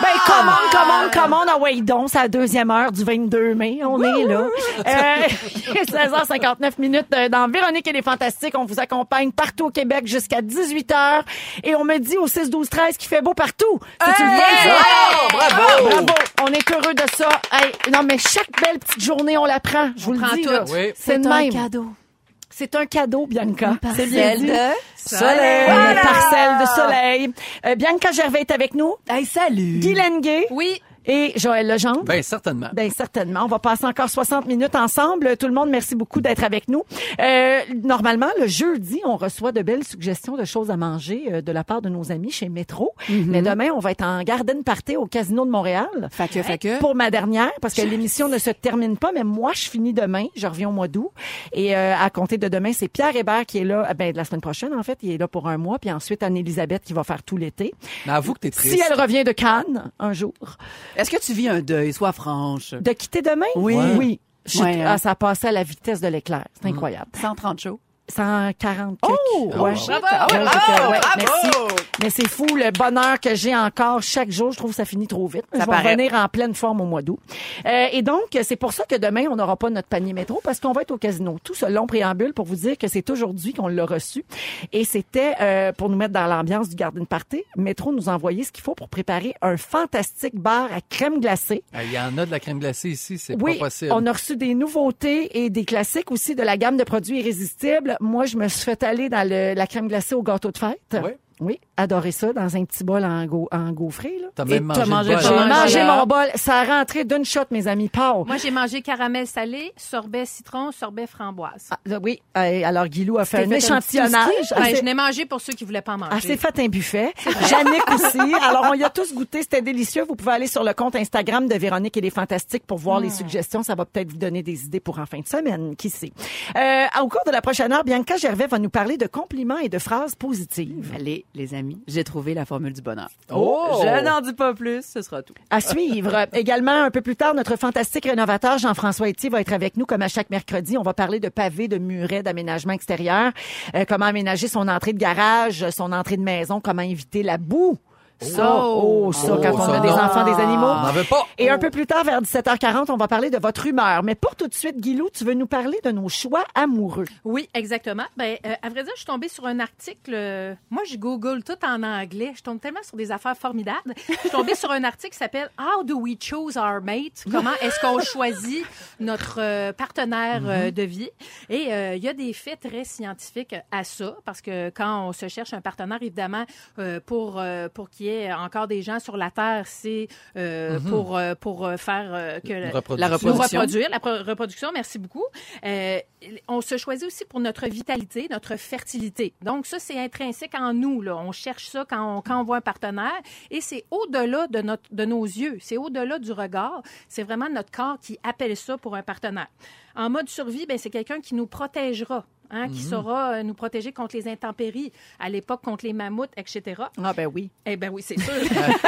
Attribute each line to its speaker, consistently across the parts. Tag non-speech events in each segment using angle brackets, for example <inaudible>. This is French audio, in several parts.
Speaker 1: Ben, comment, comment, comment, on away donc, c'est la deuxième heure du 22 mai. On est là. Euh, <laughs> 16h59 minutes euh, dans Véronique et les Fantastiques. On vous accompagne partout au Québec jusqu'à 18h. Et on me dit au 6, 12, 13 qu'il fait beau partout. C'est une bonne chose.
Speaker 2: bravo!
Speaker 1: Bravo. On est heureux de ça. Hey, non, mais chaque belle petite journée, on la prend. Je vous le
Speaker 3: prend
Speaker 1: dis.
Speaker 3: tout.
Speaker 1: là.
Speaker 3: Oui.
Speaker 1: C'est de
Speaker 4: un
Speaker 1: même.
Speaker 4: cadeau.
Speaker 1: C'est un cadeau, Bianca. C'est bien
Speaker 4: Celle
Speaker 1: dit.
Speaker 4: de...
Speaker 2: Soleil!
Speaker 1: Une parcelle de soleil. Euh, Bianca Gervais est avec nous.
Speaker 4: Hey, salut!
Speaker 1: Guy Lenguet.
Speaker 3: Oui.
Speaker 1: Et Joël Legendre.
Speaker 2: Ben, certainement.
Speaker 1: Ben certainement. On va passer encore 60 minutes ensemble. Tout le monde, merci beaucoup d'être avec nous. Euh, normalement, le jeudi, on reçoit de belles suggestions de choses à manger euh, de la part de nos amis chez Métro. Mais demain, on va être en garden party au Casino de Montréal.
Speaker 4: Mhm. Fait que, fait que.
Speaker 1: Pour ma dernière, parce que l'émission ne se termine pas, mais moi, je finis demain. Je reviens au mois d'août. Et euh, à compter de demain, c'est Pierre Hébert qui est là, euh, ben, de la semaine prochaine, en fait. Il est là pour un mois. Puis ensuite, Anne-Élisabeth qui va faire tout l'été.
Speaker 2: Mais avoue que t'es triste.
Speaker 1: Si elle revient de Cannes un jour,
Speaker 4: Est-ce que tu vis un deuil? Sois franche.
Speaker 1: de quitter demain?
Speaker 4: Oui.
Speaker 1: Oui. Je suis-
Speaker 4: Ouais, hein. Mm.
Speaker 1: ah, ça a passé à la vitesse de l'éclair. C'est incroyable.
Speaker 4: 130 shows.
Speaker 1: 140 quelques.
Speaker 4: Oh!
Speaker 1: Ouais.
Speaker 4: Bravo!
Speaker 1: Ouais,
Speaker 4: Bravo!
Speaker 1: c'est que, ouais,
Speaker 4: Bravo!
Speaker 1: merci. Mais c'est fou le bonheur que j'ai encore chaque jour. Je trouve que ça finit trop vite. je vais
Speaker 4: paraît.
Speaker 1: revenir en pleine forme au mois d'août. Euh, et donc, c'est pour ça que demain, on n'aura pas notre panier métro parce qu'on va être au casino. Tout ce long préambule pour vous dire que c'est aujourd'hui qu'on l'a reçu. Et c'était euh, pour nous mettre dans l'ambiance du Garden Party. Métro nous a envoyé ce qu'il faut pour préparer un fantastique bar à crème glacée.
Speaker 2: Ah, Il y en a de la crème glacée ici, c'est
Speaker 1: Oui,
Speaker 2: pas possible.
Speaker 1: on a reçu des nouveautés et des classiques aussi de la gamme de produits irrésistibles. Moi, je me suis fait aller dans le- la crème glacée au gâteau de fête.
Speaker 2: Oui.
Speaker 1: Oui, adoré ça dans un petit bol en, go, en gaufré. Là.
Speaker 2: T'as
Speaker 4: Et
Speaker 2: même mangé,
Speaker 4: t'as mangé
Speaker 2: le
Speaker 4: le
Speaker 1: J'ai
Speaker 2: bol.
Speaker 4: bol.
Speaker 1: mangé
Speaker 4: voilà.
Speaker 1: mon bol. Ça a rentré d'une shot, mes amis. Pow!
Speaker 3: Moi, j'ai mangé caramel salé, sorbet citron, sorbet framboise.
Speaker 1: Ah, là, oui, euh, alors Guilou a fait
Speaker 4: t'es
Speaker 1: un
Speaker 4: fait un
Speaker 1: échantillonnage.
Speaker 4: petit
Speaker 3: Ben,
Speaker 1: Elle
Speaker 3: je
Speaker 1: s'est-
Speaker 3: n'ai mangé pour ceux qui voulaient pas en manger.
Speaker 1: elle s'est Ah, fait un buffet. Jannick aussi. Alors, on y a tous goûté. C'était délicieux. Vous pouvez aller sur le compte Instagram de Véronique et les Fantastiques pour voir les suggestions. Ça va peut-être vous donner des idées pour en fin de semaine. Qui sait? Euh, au cours de la prochaine heure, Bianca Gervais va nous parler de compliments et de phrases positives.
Speaker 4: Allez, les amis, j'ai trouvé la formule du bonheur.
Speaker 2: Oh!
Speaker 4: Je n'en dis pas plus, ce sera tout.
Speaker 1: À suivre. Euh, Également, un peu plus tard, notre fantastique rénovateur Jean-François Etier va être avec nous comme à chaque mercredi. On va parler de pavés, de murets, d'aménagement extérieur, euh, comment aménager son entrée de garage, son entrée de maison, comment éviter la boue. Ça, oh,
Speaker 3: Oh.
Speaker 1: ça,
Speaker 2: Oh,
Speaker 1: quand on
Speaker 2: ça Ah.
Speaker 1: a des
Speaker 2: non.
Speaker 1: enfants, des animaux.
Speaker 2: On n'en veut pas.
Speaker 1: Et un peu plus tard, vers 17h40, on va parler de votre humeur. Mais pour tout de suite, Guilou, tu veux nous parler de nos choix amoureux.
Speaker 3: Oui, exactement. Ben, euh, à vrai dire, je suis tombée sur un article. euh, moi, je Google tout en anglais. Je tombe tellement sur des affaires formidables. Je suis tombée <laughs> sur un article qui s'appelle How do we choose our mate? Comment est-ce qu'on choisit notre euh, partenaire euh, de vie? Et euh, il y a des faits très scientifiques à ça, parce que quand on se cherche un partenaire, évidemment, euh, pour, euh, pour qu'il y ait encore des gens sur la Terre, c'est euh, pour, euh, pour euh, faire euh, que
Speaker 2: Une
Speaker 3: la-
Speaker 2: reproduction.
Speaker 4: La
Speaker 3: nous
Speaker 4: Production.
Speaker 3: reproduire, la pro- reproduction, merci beaucoup. Euh, on se choisit aussi pour notre vitalité, notre fertilité. Donc ça, c'est intrinsèque en nous. Là. On cherche ça quand on, quand on voit un partenaire. Et c'est au-delà de, notre, de nos yeux, c'est au-delà du regard. C'est vraiment notre corps qui appelle ça pour un partenaire. En mode survie, ben, c'est quelqu'un qui nous protégera. hein, qui
Speaker 2: Mhm.
Speaker 3: saura euh, nous protéger contre les intempéries, à l'époque contre les mammouths, etc.
Speaker 1: Ah ben oui.
Speaker 3: Eh bien oui,
Speaker 2: <laughs>
Speaker 3: c'est sûr.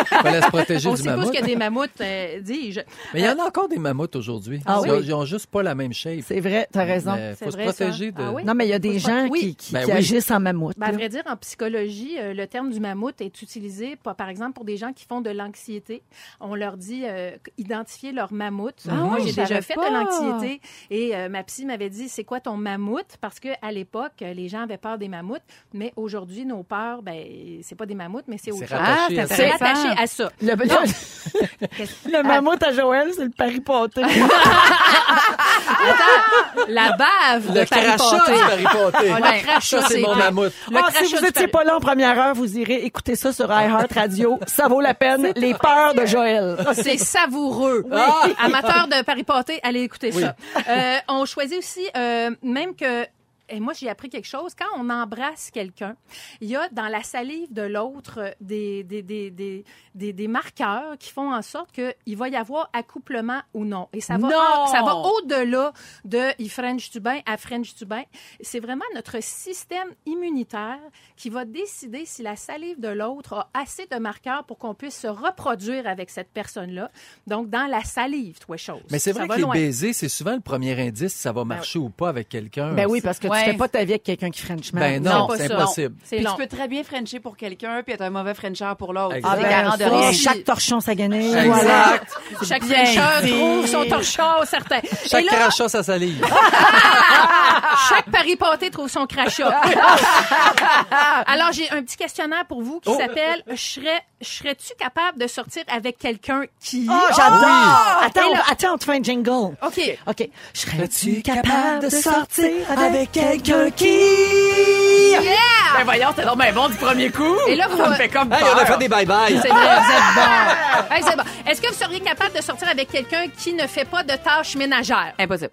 Speaker 2: Fallait se protéger
Speaker 3: On
Speaker 2: du
Speaker 3: sait pas ce
Speaker 2: mammouth.
Speaker 3: que des mammouths, euh, dis-je.
Speaker 2: Mais il y en a encore des mammouths aujourd'hui.
Speaker 1: Ah
Speaker 2: ils, ont,
Speaker 1: oui?
Speaker 2: ils ont juste pas la même shape.
Speaker 1: C'est vrai, t'as raison.
Speaker 2: Mais
Speaker 3: C'est
Speaker 2: faut se
Speaker 3: vrai,
Speaker 2: protéger de.
Speaker 3: ça. Ah oui?
Speaker 1: Non, mais il y a des
Speaker 3: Faut pas-
Speaker 1: gens
Speaker 3: Oui.
Speaker 1: qui, qui-
Speaker 2: Ben
Speaker 1: qui
Speaker 2: oui.
Speaker 1: agissent en mammouth.
Speaker 3: Ben, à
Speaker 1: là.
Speaker 3: vrai dire, en psychologie, euh, le terme du mammouth est utilisé, par, par exemple, pour des gens qui font de l'anxiété. On leur dit euh, identifier leur mammouth.
Speaker 2: Ah
Speaker 3: Moi,
Speaker 2: oui,
Speaker 3: j'ai
Speaker 2: je
Speaker 3: déjà
Speaker 4: savais
Speaker 3: fait
Speaker 4: pas.
Speaker 3: de l'anxiété et euh, ma psy m'avait dit c'est quoi ton mammouth Parce que à l'époque, euh, les gens avaient peur des mammouths, mais aujourd'hui, nos peurs, ben, c'est pas des mammouths, mais c'est
Speaker 2: C'est
Speaker 3: autre chose.
Speaker 2: rattaché
Speaker 4: Ah,
Speaker 2: à
Speaker 4: c'est
Speaker 2: ça.
Speaker 3: C'est
Speaker 4: intéressant.
Speaker 3: attaché à ça.
Speaker 1: Le, <laughs> le- le
Speaker 4: Ah.
Speaker 1: mammouth à Joël, c'est le pari pâté.
Speaker 3: Attends, la bave
Speaker 2: Le
Speaker 3: de Paris
Speaker 2: crachat
Speaker 3: Pâté.
Speaker 2: du Paris Pâté.
Speaker 3: Ah, le crachat,
Speaker 2: Ça, c'est
Speaker 3: c'est
Speaker 2: mon
Speaker 3: vrai.
Speaker 2: mammouth.
Speaker 3: Le
Speaker 1: Ah,
Speaker 3: crachat
Speaker 1: si vous
Speaker 3: du
Speaker 1: n'étiez
Speaker 3: Paris-
Speaker 1: pas là en première heure, vous irez écouter ça sur iHeart Radio.
Speaker 4: <laughs>
Speaker 1: Ça vaut la peine. Les peurs de Joël.
Speaker 4: Ah,
Speaker 3: C'est savoureux. Ah, Amateur de Paris Pâté, allez écouter ça. Euh, on choisit aussi, euh, même que et moi, j'ai appris quelque chose. Quand on embrasse quelqu'un, il y a dans la salive de l'autre euh, des, des, des, des, des- des marqueurs qui font en sorte qu'il va y avoir accouplement ou non. Et ça va,
Speaker 4: Non!
Speaker 3: ça va au-delà de il French du bain à French du bain. C'est vraiment notre système immunitaire qui va décider si la salive de l'autre a assez de marqueurs pour qu'on puisse se reproduire avec cette personne-là. Donc, dans la salive, trois choses.
Speaker 2: Mais c'est
Speaker 3: Ça
Speaker 2: vrai
Speaker 3: va
Speaker 2: que les
Speaker 3: loin.
Speaker 2: baisers, c'est souvent le premier indice si ça va marcher ou pas avec quelqu'un.
Speaker 1: Ben oui, parce que
Speaker 4: Ouais.
Speaker 1: tu fais pas ta vie avec quelqu'un qui French man.
Speaker 2: Ben non,
Speaker 4: Non,
Speaker 3: pas
Speaker 2: c'est
Speaker 3: ça.
Speaker 2: impossible.
Speaker 3: C'est
Speaker 4: Puis
Speaker 3: long.
Speaker 4: tu peux très bien frencher pour quelqu'un puis être un mauvais frencher pour l'autre.
Speaker 2: Exact. Ah,
Speaker 4: C'est
Speaker 2: ben,
Speaker 4: garant de
Speaker 1: ça,
Speaker 4: rien.
Speaker 1: Chaque Oh, torchon, sa guenille.
Speaker 2: Exact. Ah,
Speaker 1: Voilà.
Speaker 3: Chaque
Speaker 4: Bien
Speaker 3: fraîcheur
Speaker 4: dit.
Speaker 3: trouve son torchon, certain.
Speaker 2: Chaque
Speaker 3: Et là,
Speaker 2: crachat, ça salive.
Speaker 3: chaque pari pâté trouve son crachat. Alors, j'ai un petit questionnaire pour vous qui s'appelle « Serais- Serais-tu capable de sortir avec quelqu'un qui...
Speaker 1: Oh, j'adore!
Speaker 2: Ah,
Speaker 1: Attends, on- attends, on te fait un jingle.
Speaker 3: OK.
Speaker 1: OK. Serais-tu
Speaker 2: Serais-tu
Speaker 1: capable de sortir avec quelqu'un qui...
Speaker 4: Ben voyons, t'es donc bien bon du premier coup.
Speaker 3: Et là,
Speaker 4: ça
Speaker 3: vous-
Speaker 4: me fait comme
Speaker 2: Hey,
Speaker 4: peur.
Speaker 2: on a fait des bye-bye.
Speaker 3: C'est vrai, vous êtes bon. Hey, c'est bon. Est-ce que vous seriez capable de sortir avec quelqu'un qui ne fait pas de tâches ménagères?
Speaker 4: Impossible.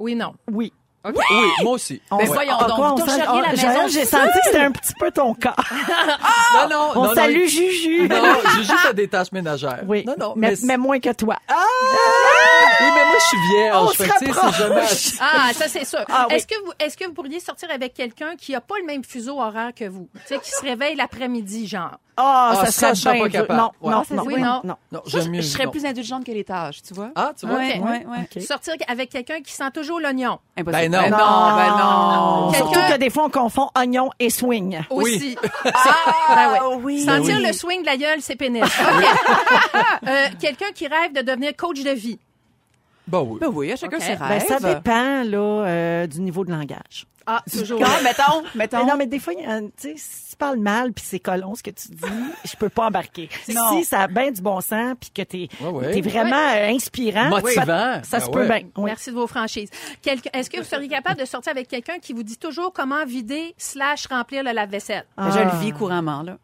Speaker 3: Oui, non.
Speaker 1: Oui.
Speaker 2: Oui, moi aussi.
Speaker 1: On-
Speaker 4: Mais voyons
Speaker 1: Ah,
Speaker 4: donc,
Speaker 1: quoi,
Speaker 4: vous
Speaker 1: on sent-
Speaker 4: torcheriez la
Speaker 1: ah,
Speaker 4: maison
Speaker 1: Joël, J'ai
Speaker 4: toute
Speaker 1: senti que c'était un petit peu ton cas.
Speaker 2: Non, non,
Speaker 1: Ah! On
Speaker 2: non,
Speaker 1: salue
Speaker 2: non.
Speaker 1: Juju. <laughs>
Speaker 2: Non, Juju fait des tâches ménagères.
Speaker 1: Oui,
Speaker 2: Non, non,
Speaker 1: mais,
Speaker 2: mais,
Speaker 1: mais moins que toi.
Speaker 2: oui, mais moi, je suis
Speaker 1: On
Speaker 2: vierge.
Speaker 1: se
Speaker 2: Fait que, tu sais, c'est jamais assez.
Speaker 3: Ah, ça, c'est sûr.
Speaker 1: Ah, oui.
Speaker 3: Est-ce que, vous- est-ce que vous pourriez sortir avec quelqu'un qui n'a pas le même fuseau horaire que vous? Tu sais, qui se réveille l'après-midi, genre.
Speaker 1: Ah,
Speaker 2: Ah,
Speaker 1: ça,
Speaker 2: ça, je serais
Speaker 1: serait bien
Speaker 2: pas
Speaker 1: dur.
Speaker 2: capable.
Speaker 1: Non,
Speaker 2: Ouais.
Speaker 1: non,
Speaker 4: Ah, ça,
Speaker 1: non,
Speaker 3: oui,
Speaker 1: oui, non,
Speaker 3: non.
Speaker 1: non.
Speaker 2: Non,
Speaker 4: Moi,
Speaker 2: j'aime mieux.
Speaker 4: je, je serais
Speaker 2: non.
Speaker 4: plus indulgente que les tâches, tu vois.
Speaker 2: Ah, tu vois?
Speaker 3: Ouais.
Speaker 4: ouais, ouais.
Speaker 1: OK.
Speaker 3: Sortir avec quelqu'un qui sent toujours l'oignon.
Speaker 4: Impossible.
Speaker 2: Ben non.
Speaker 4: Ben non, ben non.
Speaker 3: Quelqu'un-
Speaker 1: Surtout que des fois, on confond oignon et swing.
Speaker 2: <laughs>
Speaker 3: Aussi.
Speaker 4: Ah,
Speaker 3: Ben
Speaker 4: oui.
Speaker 3: Sentir
Speaker 2: oui.
Speaker 3: le swing de la gueule, c'est pénible. OK. <laughs> Euh, quelqu'un qui rêve de devenir coach de vie.
Speaker 2: Bah oui.
Speaker 4: Ben oui, à chacun
Speaker 3: Ok.
Speaker 4: ses
Speaker 1: Ben,
Speaker 4: rêves.
Speaker 1: ça dépend là, euh, du niveau de langage. <laughs>
Speaker 3: Ah, toujours.
Speaker 4: Ah, mettons, mettons.
Speaker 1: Mais non, mais des fois, il y a un- tu sais, si tu parles mal puis c'est colon ce que tu dis, je peux pas
Speaker 3: <laughs>
Speaker 1: embarquer.
Speaker 4: Non.
Speaker 1: Si ça a bien du bon sens puis que t'es
Speaker 2: Ouais, ouais.
Speaker 1: t'es vraiment euh, inspirant,
Speaker 2: Motivant.
Speaker 1: ça, ça se
Speaker 2: Ben ouais.
Speaker 1: peut bien. Oui.
Speaker 3: Merci de vos franchises. Quelqu'un- Est-ce que vous seriez capable de sortir avec quelqu'un qui vous dit toujours comment vider slash remplir le lave-vaisselle?
Speaker 4: Ben, Je
Speaker 1: Ah.
Speaker 4: le vis couramment, là.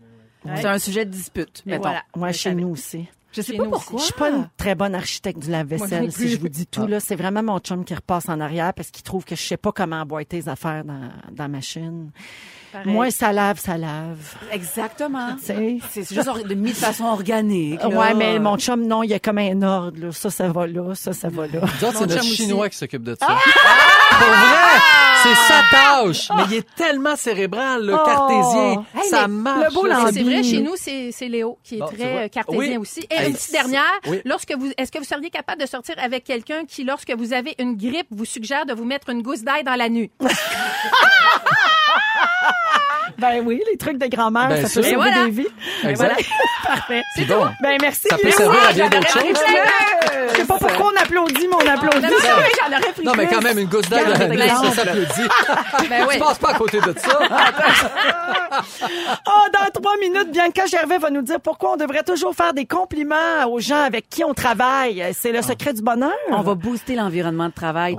Speaker 3: Ouais.
Speaker 4: C'est un sujet de dispute, mettons.
Speaker 3: voilà.
Speaker 1: Moi,
Speaker 3: Je
Speaker 1: chez
Speaker 3: savais.
Speaker 1: nous aussi.
Speaker 4: Je sais
Speaker 3: Chez
Speaker 4: pas
Speaker 3: nous
Speaker 4: pourquoi.
Speaker 1: Je suis pas une très bonne architecte du
Speaker 4: Moi
Speaker 1: lave-vaisselle,
Speaker 4: non
Speaker 1: si je vous dis tout. là. C'est vraiment mon chum qui repasse en arrière parce qu'il trouve que je sais pas comment emboîter les affaires dans, dans la machine.
Speaker 3: Pareil.
Speaker 1: Moi, ça lave, ça lave.
Speaker 3: <laughs>
Speaker 4: Exactement.
Speaker 1: Tu sais?
Speaker 4: C'est c'est juste or- de mille façons organiques. là.
Speaker 1: Ouais, mais mon chum, non, il y a comme un ordre. Là. Ça, ça va là, ça, ça va
Speaker 2: Nous
Speaker 1: là.
Speaker 2: autres, c'est
Speaker 3: Mon
Speaker 2: notre
Speaker 3: chum aussi.
Speaker 2: Chinois qui s'occupe de ça.
Speaker 1: Ah!
Speaker 2: Pour vrai, c'est sa tâche. Mais il est tellement cérébral, le
Speaker 1: Oh.
Speaker 2: cartésien.
Speaker 1: Hey,
Speaker 2: ça
Speaker 1: mais
Speaker 2: marche.
Speaker 1: le beau
Speaker 2: là.
Speaker 3: Mais
Speaker 1: Lambie.
Speaker 3: C'est vrai, chez nous, c'est c'est Léo qui est
Speaker 2: Bon, c'est
Speaker 3: très
Speaker 2: vrai.
Speaker 3: euh, cartésien
Speaker 2: Oui.
Speaker 3: aussi. Et
Speaker 2: Hey,
Speaker 3: une petite dernière,
Speaker 2: c'est- oui.
Speaker 3: lorsque vous, est-ce que vous seriez capable de sortir avec quelqu'un qui, lorsque vous avez une grippe, vous suggère de vous mettre une gousse d'ail dans la nuit?
Speaker 1: <laughs> Ben oui, les trucs de grand-mère,
Speaker 2: Ben,
Speaker 1: ça peut
Speaker 2: ça.
Speaker 1: sauver
Speaker 3: Et voilà.
Speaker 1: des vies.
Speaker 2: Exact.
Speaker 1: Voilà. <laughs> Parfait.
Speaker 2: C'est bon.
Speaker 1: Ben merci.
Speaker 2: Ça peut
Speaker 1: Léo.
Speaker 2: servir à bien d'autres
Speaker 1: J'en aurais
Speaker 2: choses.
Speaker 1: pris plein. Je sais pas pourquoi on applaudit, mais on applaudit.
Speaker 2: Non, mais quand même, une gousse d'ail,
Speaker 4: Garde
Speaker 2: dans la
Speaker 4: cet
Speaker 2: nuit, ça
Speaker 4: exemple.
Speaker 2: s'applaudit.
Speaker 1: <laughs>
Speaker 3: Ben
Speaker 2: Je
Speaker 3: oui.
Speaker 2: passe pas à côté de ça.
Speaker 1: Ah, dans trois minutes, Bianca Gervais va nous dire pourquoi on devrait toujours faire des compliments aux gens avec qui on travaille. C'est le secret du bonheur.
Speaker 4: On va booster l'environnement de travail.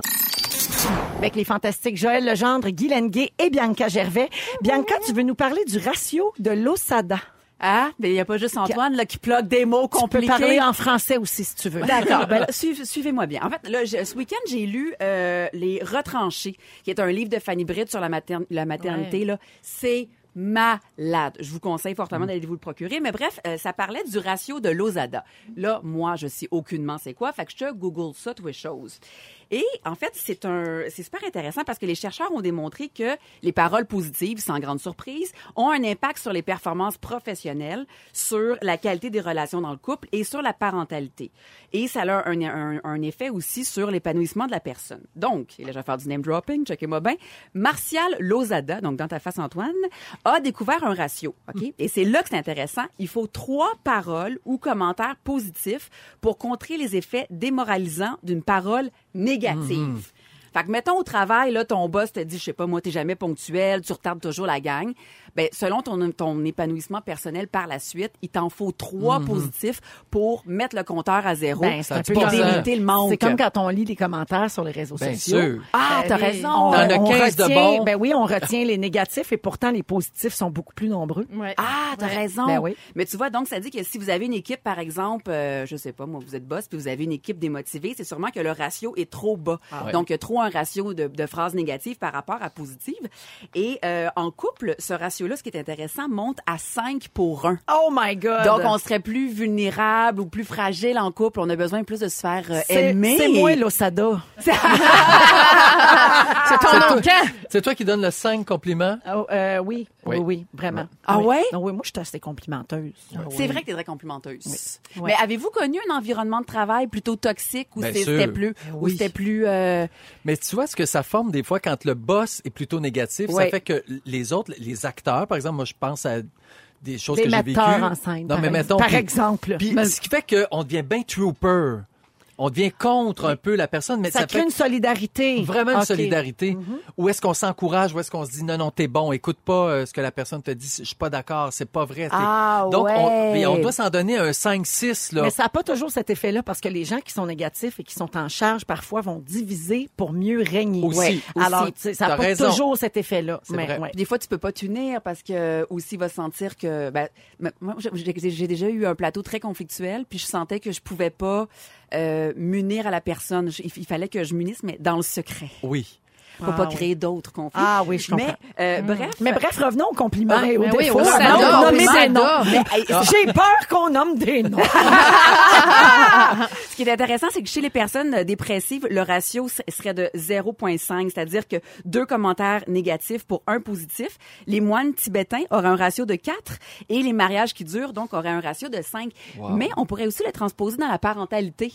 Speaker 1: Avec les fantastiques Joël Legendre, Guy Lenguet et Bianca Gervais. Bianca, tu veux nous parler du ratio de l'OSADA.
Speaker 4: Ah, mais il n'y a pas juste Antoine là, qui plug des mots
Speaker 1: On peut
Speaker 4: compliqués.
Speaker 1: parler en français aussi, si tu veux.
Speaker 4: <laughs> D'accord. Ben, suive- Suivez-moi bien. En fait, là, je- ce week-end, j'ai lu euh, Les Retranchés, qui est un livre de Fanny Britt sur la, materne- la maternité. là. C'est malade. Je vous conseille fortement d'aller vous le procurer. Mais bref, euh, ça parlait du ratio de l'osada. Là, moi, je sais aucunement c'est quoi. Fait que je google ça, toutes les choses. Et en fait, c'est un, c'est super intéressant parce que les chercheurs ont démontré que les paroles positives, sans grande surprise, ont un impact sur les performances professionnelles, sur la qualité des relations dans le couple et sur la parentalité. Et ça a un, un- un effet aussi sur l'épanouissement de la personne. Donc, et là, je vais faire du name dropping, checkez-moi bien. Martial Lozada, donc dans ta face, Antoine, a découvert un ratio. OK? Et c'est là que c'est intéressant. Il faut trois paroles ou commentaires positifs pour contrer les effets démoralisants d'une parole négative. Fait que, mettons, au travail, là, ton boss te dit, je sais pas, moi, t'es jamais ponctuel, tu retardes toujours la gang. ben, selon ton, ton épanouissement personnel par la suite, il t'en faut trois positifs pour mettre le compteur à zéro.
Speaker 1: Ben, c'est un
Speaker 2: Ça, tu
Speaker 1: peu
Speaker 4: pour
Speaker 2: penses
Speaker 1: comme-
Speaker 2: à-
Speaker 4: délimiter le manque.
Speaker 1: C'est comme quand on lit les commentaires sur les réseaux
Speaker 2: Bien
Speaker 1: sociaux.
Speaker 2: sûr.
Speaker 4: Ah, t'as
Speaker 3: Ben,
Speaker 4: raison.
Speaker 1: On,
Speaker 2: T'en as
Speaker 1: on
Speaker 2: 15 de
Speaker 1: retient-
Speaker 2: bons.
Speaker 1: Ben oui, on retient les négatifs et pourtant les positifs sont beaucoup plus nombreux.
Speaker 3: Ouais.
Speaker 4: Ah, t'as raison.
Speaker 1: Ben oui.
Speaker 4: Mais tu vois, donc, ça dit que si vous avez une équipe, par exemple, euh, je sais pas, moi, vous êtes boss, puis vous avez une équipe démotivée, c'est sûrement que le ratio est trop bas.
Speaker 2: ouais.
Speaker 4: Donc, il y a trop un ratio de, de phrases négatives par rapport à positives. Et euh, en couple, ce ratio-là, ce qui est intéressant, monte à 5 pour 1.
Speaker 1: Oh my God!
Speaker 4: Donc, on serait plus vulnérable ou plus fragile en couple. On a besoin plus de se faire euh,
Speaker 1: c'est,
Speaker 4: aimer.
Speaker 1: c'est moi
Speaker 4: <laughs>
Speaker 1: l'Osada.
Speaker 3: C'est ton nom de camp.
Speaker 2: C'est toi qui donne le 5 compliments.
Speaker 1: Oh, euh, oui, oui,
Speaker 2: Oui.
Speaker 1: oui, vraiment.
Speaker 4: Ah
Speaker 1: Oui.
Speaker 4: ouais?
Speaker 1: Non, oui, moi, je suis assez complimenteuse.
Speaker 4: <laughs>
Speaker 2: Ah
Speaker 4: C'est vrai que t'es très complimenteuse.
Speaker 1: Ouais.
Speaker 4: Mais avez-vous connu un environnement de travail plutôt toxique où
Speaker 2: Bien
Speaker 4: c'est-
Speaker 2: sûr.
Speaker 4: c'était plus, où
Speaker 1: Ben oui.
Speaker 4: c'était plus euh,
Speaker 2: Mais tu vois ce que ça forme des fois quand le boss est plutôt négatif,
Speaker 4: Ouais.
Speaker 2: ça fait que les autres, les acteurs, par exemple, moi je pense à des choses
Speaker 1: Des
Speaker 2: que j'ai vécues.
Speaker 1: metteurs en scène,
Speaker 2: Non
Speaker 1: par
Speaker 2: mais
Speaker 1: ex-
Speaker 2: mettons.
Speaker 1: par
Speaker 2: puis-
Speaker 1: exemple.
Speaker 2: Puis
Speaker 1: Mais-
Speaker 2: ce qui fait qu'on devient bien trooper, on devient contre un peu la personne, mais ça,
Speaker 1: Ça, crée
Speaker 2: fait
Speaker 1: une solidarité.
Speaker 2: vraiment une
Speaker 1: Ok.
Speaker 2: solidarité.
Speaker 4: Mhm.
Speaker 2: Où est-ce qu'on s'encourage, où est-ce qu'on se dit non non t'es bon, écoute pas euh, ce que la personne te dit, je suis pas d'accord, c'est pas vrai. t'es-
Speaker 4: Ah,
Speaker 2: Donc on,
Speaker 4: ouais.
Speaker 2: mais on doit s'en donner un 5-6 là.
Speaker 1: Mais ça n'a pas toujours cet effet-là parce que les gens qui sont négatifs et qui sont en charge parfois vont diviser pour mieux régner.
Speaker 2: Aussi, aussi.
Speaker 1: Alors, tu sais, ça
Speaker 2: T'as
Speaker 1: n'a pas
Speaker 2: raison.
Speaker 1: toujours cet effet-là.
Speaker 2: C'est vrai.
Speaker 1: ouais.
Speaker 4: Puis des fois, tu peux pas t'unir parce que aussi il va sentir que ben, m- moi j'ai- j'ai j'ai déjà eu un plateau très conflictuel puis je sentais que je pouvais pas euh, m'unir à la personne. Je- il, il fallait que je m'unisse mais dans le secret
Speaker 2: Oui.
Speaker 4: pour
Speaker 1: Ah,
Speaker 4: pas
Speaker 1: oui.
Speaker 4: créer d'autres conflits.
Speaker 1: Ah oui, je comprends. Mm.
Speaker 4: Mais euh, bref,
Speaker 1: Mais bref, revenons aux compliments
Speaker 2: Ah,
Speaker 1: et aux
Speaker 3: Ben oui,
Speaker 1: défauts.
Speaker 3: au
Speaker 1: Non,
Speaker 3: Sada,
Speaker 1: on
Speaker 3: au
Speaker 1: nomme des
Speaker 3: Sada.
Speaker 1: noms. Mais, hey, J'ai peur qu'on nomme
Speaker 2: <laughs>
Speaker 1: des noms.
Speaker 4: ce qui est intéressant c'est que chez les personnes euh, dépressives, le ratio s- serait de 0.5, c'est-à-dire que deux commentaires négatifs pour un positif. Les moines tibétains auraient un ratio de 4 et les mariages qui durent donc auraient un ratio de 5. Mais on pourrait aussi le transposer dans la parentalité. Tu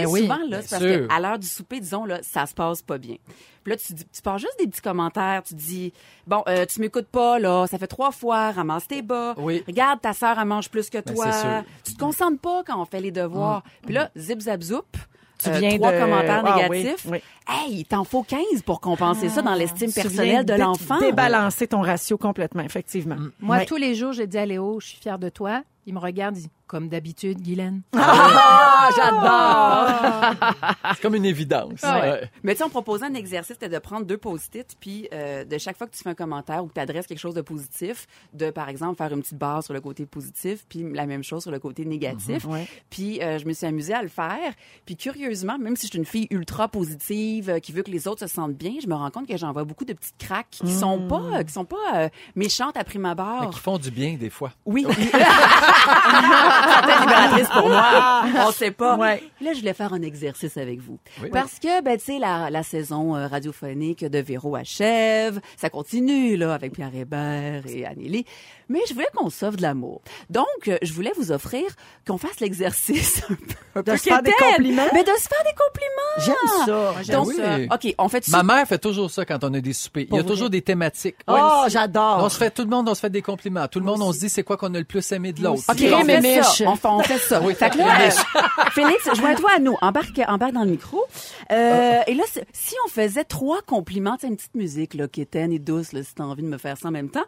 Speaker 4: sais,
Speaker 3: Ben oui.
Speaker 4: souvent, là,
Speaker 2: Bien
Speaker 4: c'est parce
Speaker 2: sûr.
Speaker 4: que à l'heure du souper, disons, là, ça se passe pas bien. Puis là, tu, dis- tu pars juste des petits commentaires. Tu dis, bon, euh, tu m'écoutes pas, là. Ça fait trois fois. Ramasse tes bas.
Speaker 2: Oui.
Speaker 4: Regarde, ta sœur, elle mange plus que
Speaker 2: Ben,
Speaker 4: toi.
Speaker 2: c'est sûr.
Speaker 4: Tu te concentres pas quand on fait les devoirs. Puis là, zip, zap, zoup.
Speaker 1: Mm. Tu
Speaker 4: euh,
Speaker 1: viens
Speaker 4: trois
Speaker 1: de-
Speaker 4: commentaires
Speaker 1: Ah,
Speaker 4: négatifs.
Speaker 1: oui, oui.
Speaker 4: Hey, il t'en faut 15 pour compenser ça dans l'estime
Speaker 1: Tu viens
Speaker 4: personnelle de
Speaker 1: dé-
Speaker 4: l'enfant.
Speaker 1: Débalancer ton ratio complètement, effectivement.
Speaker 3: Moi,
Speaker 1: Ouais.
Speaker 3: tous les jours, j'ai dit à Léo, je suis fière de toi. Il me regarde, il dit, comme d'habitude, Guylaine.
Speaker 4: Ah, j'adore! Ah.
Speaker 2: C'est comme une évidence. Ouais.
Speaker 4: Mais tu sais, on proposait un exercice, c'était de prendre deux post-it, puis euh, de chaque fois que tu fais un commentaire ou que tu adresses quelque chose de positif, de, par exemple, faire une petite barre sur le côté positif, puis la même chose sur le côté négatif.
Speaker 1: ouais.
Speaker 4: Puis euh, je me suis amusée à le faire. Puis curieusement, même si je suis une fille ultra positive, euh, qui veut que les autres se sentent bien, je me rends compte que j'envoie beaucoup de petites craques qui sont pas, qui sont pas euh, méchantes à prime
Speaker 2: Mais
Speaker 4: abord.
Speaker 2: qui font du bien des fois.
Speaker 4: Oui. <laughs> C'était libératrice pour moi. On sait pas.
Speaker 1: Ouais.
Speaker 4: Là, je voulais faire un exercice avec vous.
Speaker 2: Oui.
Speaker 4: Parce que, ben, tu sais, la, la saison euh, radiophonique de Véro achève. Ça continue, là, avec Pierre Hébert et Anneli. Mais je voulais qu'on sauve de l'amour. Donc, euh, je voulais vous offrir qu'on fasse l'exercice <laughs> un peu. un peu
Speaker 1: se faire des
Speaker 4: quétaine.
Speaker 1: compliments?
Speaker 4: Mais de se faire des compliments.
Speaker 1: J'aime ça.
Speaker 2: Ben
Speaker 4: Donc,
Speaker 2: oui.
Speaker 4: euh, OK, on fait
Speaker 2: Ma mère fait toujours ça quand on a des soupers. Il y a toujours des thématiques.
Speaker 1: Oh, j'adore.
Speaker 2: On se fait tout le monde, on se fait des compliments. Tout le monde, on se dit c'est quoi qu'on a le plus aimé de l'autre.
Speaker 4: OK,
Speaker 2: Puis
Speaker 1: Crime
Speaker 4: on
Speaker 2: on-
Speaker 1: et
Speaker 4: fait
Speaker 1: miche.
Speaker 4: ça. On fait, on fait ça. Fait que là, euh, Félix, joins-toi à nous. Embarque, embarque dans le micro. Euh, et là, c'est- si on faisait trois compliments, tu sais, une petite musique là, qui est terne et douce, là, si t'as envie de me faire ça en même temps,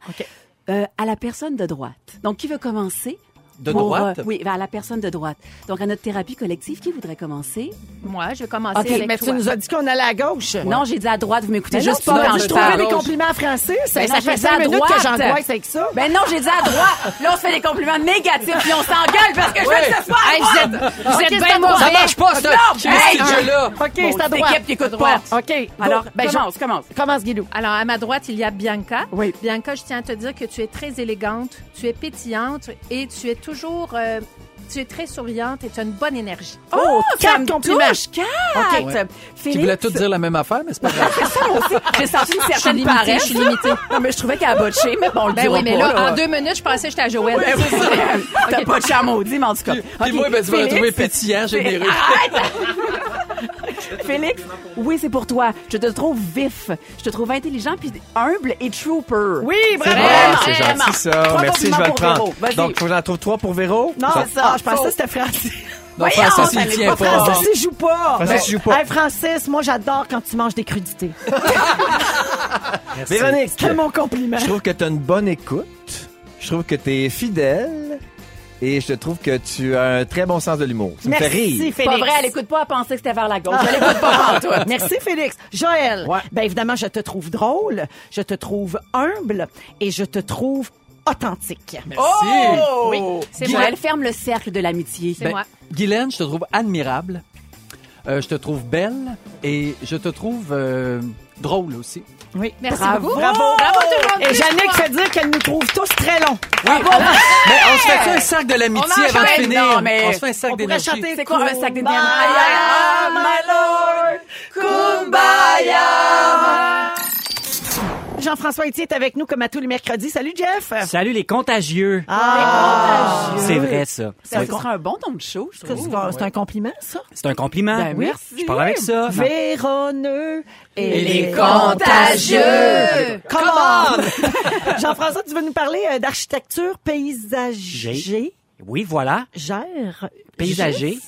Speaker 4: euh, à la personne de droite. Donc, qui veut commencer?
Speaker 2: De
Speaker 4: pour,
Speaker 2: droite?
Speaker 4: euh, oui, à la personne de droite. Donc, à notre thérapie collective, qui voudrait commencer?
Speaker 3: Moi, je vais commencer
Speaker 1: OK,
Speaker 3: avec
Speaker 1: mais
Speaker 3: toi.
Speaker 1: tu nous as dit qu'on allait à gauche.
Speaker 4: Non, j'ai dit à droite, vous m'écoutez
Speaker 1: Mais
Speaker 4: juste
Speaker 1: non, tu
Speaker 4: pas
Speaker 1: m'as
Speaker 4: quand
Speaker 1: dit,
Speaker 4: je
Speaker 1: je trouvais
Speaker 4: parle.
Speaker 1: des compliments à Francis.
Speaker 4: Mais
Speaker 1: ça fait
Speaker 4: non, j'ai dit à
Speaker 1: 5 minutes que
Speaker 4: droite.
Speaker 1: j'angoisse avec ça.
Speaker 4: Ben non, j'ai dit à droite. Là, on se fait des compliments négatifs, puis on s'engueule parce que je veux que ce soit à
Speaker 3: Hey, vous
Speaker 4: droite.
Speaker 3: êtes, vous êtes
Speaker 1: c'est
Speaker 3: bien
Speaker 1: à moi.
Speaker 3: mauvais.
Speaker 2: Ça marche pas, ça!
Speaker 4: Non, hey,
Speaker 2: là
Speaker 1: OK,
Speaker 4: Bon,
Speaker 1: c'est à
Speaker 4: c'est
Speaker 1: droite.
Speaker 4: l'équipe qui écoute
Speaker 1: Droite.
Speaker 4: pas.
Speaker 1: OK.
Speaker 4: Alors,
Speaker 1: go. ben,
Speaker 4: commence,
Speaker 1: je-
Speaker 4: commence.
Speaker 1: Commence, Guilou.
Speaker 3: Alors, à ma droite, il y a Bianca.
Speaker 4: Oui.
Speaker 3: Bianca, je tiens à te dire que tu es très élégante, tu es pétillante et tu es toujours... euh, tu es très souriante et tu as une bonne énergie.
Speaker 4: Oh,
Speaker 1: quatre compliments.
Speaker 4: Quatre.
Speaker 2: Ok. Qui
Speaker 4: Félix,
Speaker 2: voulait tout dire la même affaire, mais c'est
Speaker 4: <laughs>
Speaker 2: pas grave.
Speaker 4: j'ai senti une
Speaker 3: Je suis
Speaker 4: certaine
Speaker 3: limitée,
Speaker 4: paresse.
Speaker 3: je suis limitée.
Speaker 4: Non, mais je trouvais qu'elle a botché, mais bon, on le
Speaker 3: Ben
Speaker 4: dira
Speaker 3: oui, mais
Speaker 4: pas,
Speaker 3: là, en deux minutes, je pensais que j'étais à Joël.
Speaker 4: Ben oui, c'est- <laughs> T'as botché à maudit, mais en tout cas.
Speaker 2: Puis puis moi, ben, tu vas le trouver pétillant, généreux.
Speaker 4: Ah, Félix, oui, c'est pour toi. Je te trouve vif. Je te trouve intelligent, puis humble et trooper.
Speaker 1: Oui, bravo.
Speaker 5: Ah,
Speaker 4: Vraiment,
Speaker 5: c'est
Speaker 4: vraiment.
Speaker 5: gentil ça.
Speaker 4: Trois
Speaker 5: Merci, je
Speaker 4: compliments
Speaker 5: vais le
Speaker 4: pour Véro.
Speaker 5: prendre.
Speaker 4: Vas-y.
Speaker 5: Donc, faut que j'en trouve trois pour Véro.
Speaker 1: Non,
Speaker 5: Ça-
Speaker 1: c'est ça. Ah, je pensais que c'était Francis.
Speaker 2: Non,
Speaker 4: Voyons,
Speaker 2: Francis,
Speaker 4: ça
Speaker 2: il
Speaker 4: n'est
Speaker 2: tient
Speaker 4: pas
Speaker 2: pas.
Speaker 1: Francis, il joue pas.
Speaker 5: Francis,
Speaker 1: Ben,
Speaker 5: il joue pas.
Speaker 1: hey, Francis, moi, j'adore quand tu manges des crudités.
Speaker 5: Véronique,
Speaker 1: C'est mon compliment.
Speaker 5: je trouve que tu as une bonne écoute. Je trouve que tu es fidèle. Et je trouve que tu as un très bon sens de l'humour. Tu me fais
Speaker 1: Merci,
Speaker 5: rire.
Speaker 1: Félix.
Speaker 4: Pas vrai, elle écoute pas, elle pensait que c'était vers la <laughs> gauche. Elle écoute pas en toi.
Speaker 1: Merci, Félix. Joël,
Speaker 5: Ouais.
Speaker 1: ben évidemment, je te trouve drôle, je te trouve humble et je te trouve authentique.
Speaker 2: Merci.
Speaker 4: C'est
Speaker 3: Guy-
Speaker 4: moi. Elle ferme le cercle de l'amitié. Ben,
Speaker 3: C'est moi.
Speaker 2: Guylaine, je te trouve admirable. Euh, je te trouve belle. Et je te trouve euh, drôle aussi.
Speaker 1: Oh, Oui.
Speaker 3: Merci
Speaker 1: Bravo.
Speaker 3: beaucoup.
Speaker 1: Bravo.
Speaker 3: Bravo tout le monde.
Speaker 1: Et
Speaker 3: Plus
Speaker 1: Jannick
Speaker 3: trois.
Speaker 1: fait dire qu'elle nous trouve tous très longs.
Speaker 2: Mais on se fait un cercle de l'amitié
Speaker 4: On
Speaker 2: avant de
Speaker 4: enchaîne.
Speaker 2: finir.
Speaker 4: Non, mais
Speaker 2: On se fait un cercle d'énergie.
Speaker 4: C'est quoi un sac de
Speaker 1: Kumbaya,
Speaker 4: Kumbaya,
Speaker 1: my lord, Kumbaya. Jean-François Etier est avec nous comme à tous les mercredis. Salut, Jeff.
Speaker 6: Salut les contagieux.
Speaker 1: Ah.
Speaker 6: C'est vrai ça.
Speaker 4: Ça sera un bon ton de show, je
Speaker 1: Ça,
Speaker 4: trouve.
Speaker 1: C'est un- c'est un compliment, ça?
Speaker 6: C'est un compliment.
Speaker 4: Ben, merci.
Speaker 6: Je pars avec ça.
Speaker 1: Véroneux et,
Speaker 2: les
Speaker 3: contagieux.
Speaker 1: Come on! <laughs> Jean-François, tu veux nous parler euh, d'architecture paysagée?
Speaker 6: Oui, voilà.
Speaker 1: Gère?
Speaker 6: Paysager.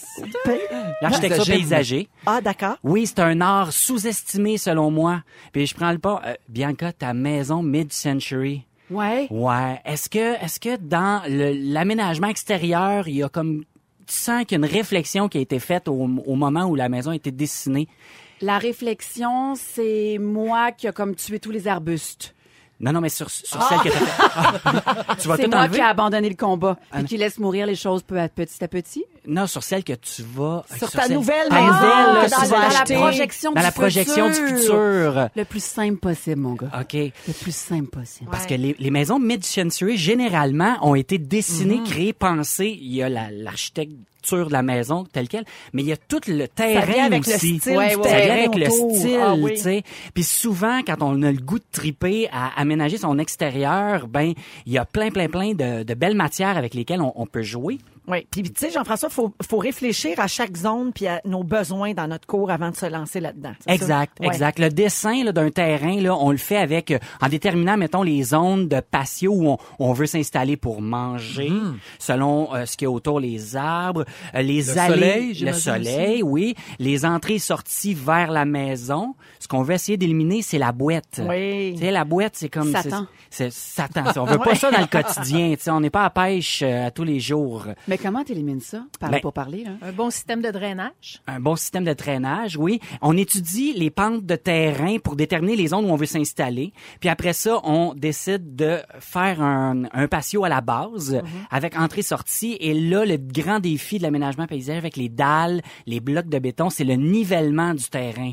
Speaker 1: Pay-
Speaker 6: L'architecture
Speaker 2: Paysager.
Speaker 6: paysagée.
Speaker 1: Ah, d'accord.
Speaker 6: Oui, c'est un art sous-estimé selon moi. Puis je prends le pas. Euh, Bianca, ta maison mid-century.
Speaker 4: Ouais.
Speaker 6: Ouais. Est-ce que, est-ce que dans le- l'aménagement extérieur, il y a comme, tu sens qu'il y a une réflexion qui a été faite au, au moment où la maison a été dessinée?
Speaker 4: La réflexion, c'est moi qui a comme tué tous les arbustes.
Speaker 6: Non, non, mais sur, sur celle que t'as faite. tu vas
Speaker 4: Ah! C'est
Speaker 6: tout
Speaker 4: moi qui
Speaker 6: enlever?
Speaker 4: a abandonné le combat et qui laisse mourir les choses peu à petit à petit.
Speaker 6: Non, sur celle que tu vas. euh,
Speaker 1: Sur ta
Speaker 6: celle-
Speaker 1: nouvelle
Speaker 6: ta
Speaker 1: maison
Speaker 6: nouvelle, là,
Speaker 1: que tu
Speaker 6: sur
Speaker 4: dans,
Speaker 1: vas
Speaker 4: dans
Speaker 6: celle-
Speaker 4: la
Speaker 1: acheter.
Speaker 4: projection
Speaker 6: Dans
Speaker 4: du
Speaker 6: la projection du futur.
Speaker 4: <laughs> Le plus simple possible, mon gars.
Speaker 6: OK.
Speaker 4: Le plus simple possible.
Speaker 6: Parce que les, les maisons mid-century, généralement, ont été
Speaker 1: Mhm.
Speaker 6: dessinées, créées, pensées. Il y a la- l'architecture de la maison telle quelle, mais il y a tout le terrain
Speaker 1: vient avec le
Speaker 6: aussi.
Speaker 1: style
Speaker 4: Ouais,
Speaker 6: ça
Speaker 4: du
Speaker 6: vient
Speaker 1: terrain
Speaker 6: avec le
Speaker 1: autour.
Speaker 6: style,
Speaker 1: Ah oui.
Speaker 6: tu sais. Puis souvent, quand on a le goût de triper à aménager son extérieur, ben il y a plein, plein, plein de, de belles matières avec lesquelles on, on peut jouer.
Speaker 1: Oui. Puis, tu sais, Jean-François, faut, faut réfléchir à chaque zone puis à nos besoins dans notre cours avant de se lancer là-dedans. C'est ça?
Speaker 6: Exact,
Speaker 1: Ouais.
Speaker 6: exact. Le dessin là, d'un terrain, là, on le fait avec euh, en déterminant, mettons, les zones de patio où on, on veut s'installer pour manger, selon euh, ce qu'il y a autour, les arbres, euh, les
Speaker 2: Le
Speaker 6: allées,
Speaker 2: soleil,
Speaker 6: le
Speaker 2: j'imagine
Speaker 6: soleil, oui, les entrées et sorties vers la maison. Ce qu'on veut essayer d'éliminer, c'est la boîte.
Speaker 1: Oui.
Speaker 6: Tu sais, la boîte, c'est comme
Speaker 4: Satan.
Speaker 6: C'est, c'est Satan. On veut pas ça dans le quotidien. Tu sais, on n'est pas à pêche euh, à tous les jours.
Speaker 4: Mais comment t'élimines ça? Parle
Speaker 6: Ben-
Speaker 4: pour parler, là.
Speaker 3: Un bon système de drainage.
Speaker 6: un bon système de traînage, oui. On étudie les pentes de terrain pour déterminer les zones où on veut s'installer. Puis après ça, on décide de faire un, un patio à la base avec entrée-sortie. Et là, le grand défi de l'aménagement paysager avec les dalles, les blocs de béton, c'est le nivellement du terrain.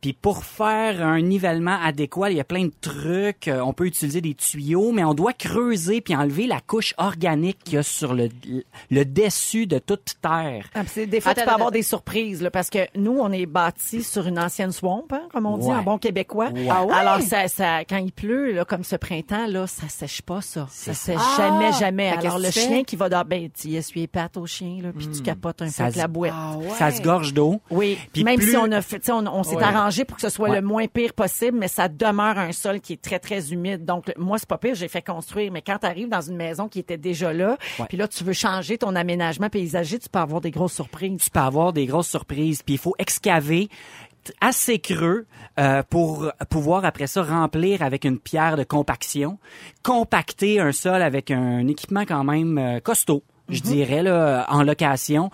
Speaker 6: Puis pour faire un nivellement adéquat, il y a plein de trucs. Euh, On peut utiliser des tuyaux, mais on doit creuser puis enlever la couche organique qu'il y a sur le, le dessus de toute terre.
Speaker 1: Ah, puis c'est- des fois, tu peux
Speaker 3: Attends,
Speaker 1: avoir
Speaker 3: attends.
Speaker 1: des surprises, là, parce que nous, on est bâti sur une ancienne swamp, hein, comme on dit
Speaker 6: Ouais.
Speaker 1: en bon québécois.
Speaker 6: Ouais.
Speaker 4: Ah ouais?
Speaker 1: Alors, ça, ça, quand il pleut, là, comme ce printemps, là, ça sèche pas, ça. Ça sèche jamais, jamais.
Speaker 4: Ah! Fait que
Speaker 1: Alors, le
Speaker 4: qu'est-ce que tu
Speaker 1: chien
Speaker 4: fais?
Speaker 1: qui va dans, ben, tu y essuies les pattes au chien, là, puis tu capotes un peu
Speaker 6: Hmm. Ça
Speaker 1: avec
Speaker 6: se-
Speaker 1: la boîte.
Speaker 4: Ah
Speaker 6: Ça se gorge d'eau.
Speaker 1: Ah Oui,
Speaker 6: Puis
Speaker 1: même
Speaker 6: plus-
Speaker 1: si on a fait, tu sais, on, on s'est arrangé pour que ce soit
Speaker 6: Ouais.
Speaker 1: le moins pire possible, mais ça demeure un sol qui est très très humide. Donc le- moi c'est pas pire, j'ai fait construire, mais quand tu arrives dans une maison qui était déjà là,
Speaker 6: Ouais.
Speaker 1: puis là tu veux changer ton aménagement paysager, tu peux avoir des grosses surprises.
Speaker 6: tu peux avoir des grosses surprises. Puis il faut excaver t- assez creux euh, pour pouvoir après ça remplir avec une pierre de compaction, compacter un sol avec un équipement quand même euh, costaud,
Speaker 1: Mhm.
Speaker 6: je dirais là en location.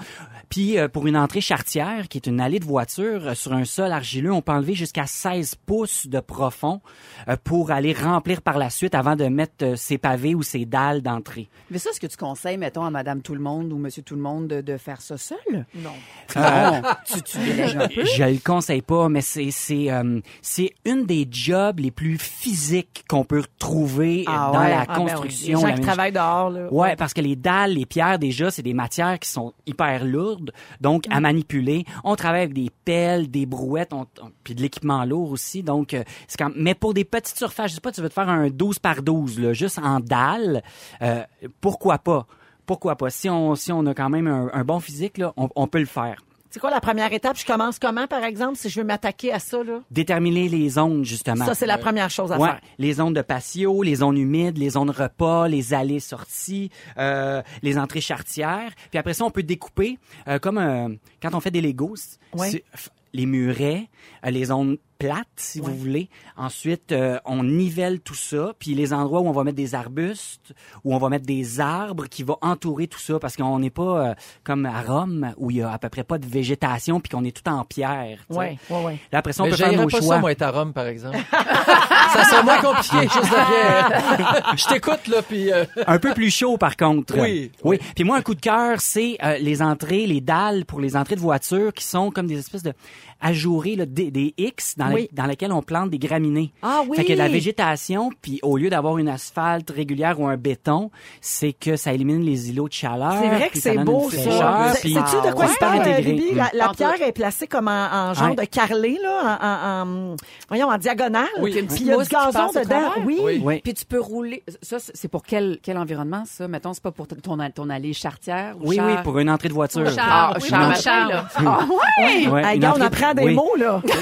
Speaker 6: Puis euh, pour une entrée chartière qui est une allée de voiture euh, sur un sol argileux, on peut enlever jusqu'à 16 pouces de profond euh, pour aller remplir par la suite avant de mettre euh, ses pavés ou ses dalles d'entrée.
Speaker 4: Mais ça, est-ce que tu conseilles, mettons, à Madame Tout-le-Monde ou Monsieur Tout-le-Monde de, de faire ça seul? Non.
Speaker 1: Ah
Speaker 6: Euh,
Speaker 4: Non. tu, tu <laughs> délèges un peu.
Speaker 6: Je le conseille pas, mais c'est c'est euh, c'est une des jobs les plus physiques qu'on peut retrouver
Speaker 4: Ah
Speaker 6: dans
Speaker 4: ouais.
Speaker 6: la
Speaker 4: Ah
Speaker 1: ben oui,
Speaker 6: construction.
Speaker 1: les gens
Speaker 6: la
Speaker 1: qui
Speaker 6: ménage-
Speaker 1: travaillent dehors là.
Speaker 6: Ouais, parce que les dalles, les pierres, déjà, c'est des matières qui sont hyper lourdes, donc
Speaker 1: Mm.
Speaker 6: à manipuler. On travaille avec des pelles, des brouettes, on, on- puis de l'équipement lourd aussi. Donc, euh, c'est quand... Mais pour des petites surfaces, je sais pas, tu veux te faire un 12 par 12, là, juste en dalles, euh, pourquoi pas? Pourquoi pas? Si on, si on a quand même un, un bon physique, là, on- on peut le faire.
Speaker 1: C'est quoi la première étape Je commence comment par exemple si je veux m'attaquer à ça là
Speaker 6: déterminer les zones, justement.
Speaker 1: Ça c'est la première chose à
Speaker 6: Ouais,
Speaker 1: faire.
Speaker 6: les zones de patio, les zones humides, les zones repas, les allées sorties, euh, les entrées chartières. Puis après ça, on peut découper, euh, comme euh, quand on fait des Legos,
Speaker 1: Ouais.
Speaker 6: c'est- f- les murets, euh, les zones plate, si vous voulez. Ensuite, euh, on nivelle tout ça, puis les endroits où on va mettre des arbustes, où on va mettre des arbres qui va entourer tout ça, parce qu'on n'est pas euh, comme à Rome où il y a à peu près pas de végétation, puis qu'on est tout en pierre. tu sais.
Speaker 1: Ouais, ouais, ouais.
Speaker 6: Là, après ça, on
Speaker 2: Mais
Speaker 6: peut faire
Speaker 2: j'aillerais
Speaker 6: nos
Speaker 2: pas
Speaker 6: choix.
Speaker 2: ça, moi, être à Rome, par exemple. <laughs> ça serait moins compliqué, juste de bien. <laughs> Je t'écoute, là, puis... euh,
Speaker 6: un peu plus chaud par contre.
Speaker 2: Oui,
Speaker 6: Oui. Puis moi un coup de cœur, c'est euh, les entrées, les dalles pour les entrées de voitures qui sont comme des espèces de ajourés là, des, des X dans, les-
Speaker 1: Oui.
Speaker 6: dans lesquelles on plante des graminées.
Speaker 1: Ah oui!
Speaker 6: Fait qu'il y a de la végétation, puis au lieu d'avoir une asphalte régulière ou un béton, c'est que ça élimine les îlots de chaleur.
Speaker 1: C'est vrai que
Speaker 6: Ah, puis ça
Speaker 1: c'est
Speaker 6: donne
Speaker 1: beau,
Speaker 6: une
Speaker 1: ça.
Speaker 6: fraîcheur,
Speaker 1: C'est-
Speaker 6: puis-
Speaker 1: Sais-tu de quoi
Speaker 6: Ouais,
Speaker 1: je parle,
Speaker 6: super intégré.
Speaker 1: Ruby? La, la
Speaker 4: Mm.
Speaker 1: pierre est placée comme en, en genre
Speaker 6: Ouais.
Speaker 1: de carré, là, en, en- en- voyons, en diagonale.
Speaker 2: Oui.
Speaker 1: Puis il y a
Speaker 4: Mousse
Speaker 1: du
Speaker 4: qui
Speaker 1: gazon
Speaker 4: passe au
Speaker 1: dedans.
Speaker 4: travers.
Speaker 1: Oui.
Speaker 6: Oui.
Speaker 4: Puis tu peux rouler. Ça, c'est pour quel, quel environnement, ça? Mettons, c'est pas pour t- ton, a- ton allée chartière? ou
Speaker 6: Oui, oui,
Speaker 4: char-
Speaker 6: pour une entrée de voiture.
Speaker 3: Char,
Speaker 4: Ah,
Speaker 3: oui,
Speaker 4: char-
Speaker 3: mais char, là.
Speaker 4: Ah,
Speaker 1: Hey,
Speaker 6: Ouais,
Speaker 1: hey,
Speaker 6: une
Speaker 1: gars, on
Speaker 6: entrée-
Speaker 1: apprend des
Speaker 6: oui.
Speaker 1: mots, là.
Speaker 2: Oui.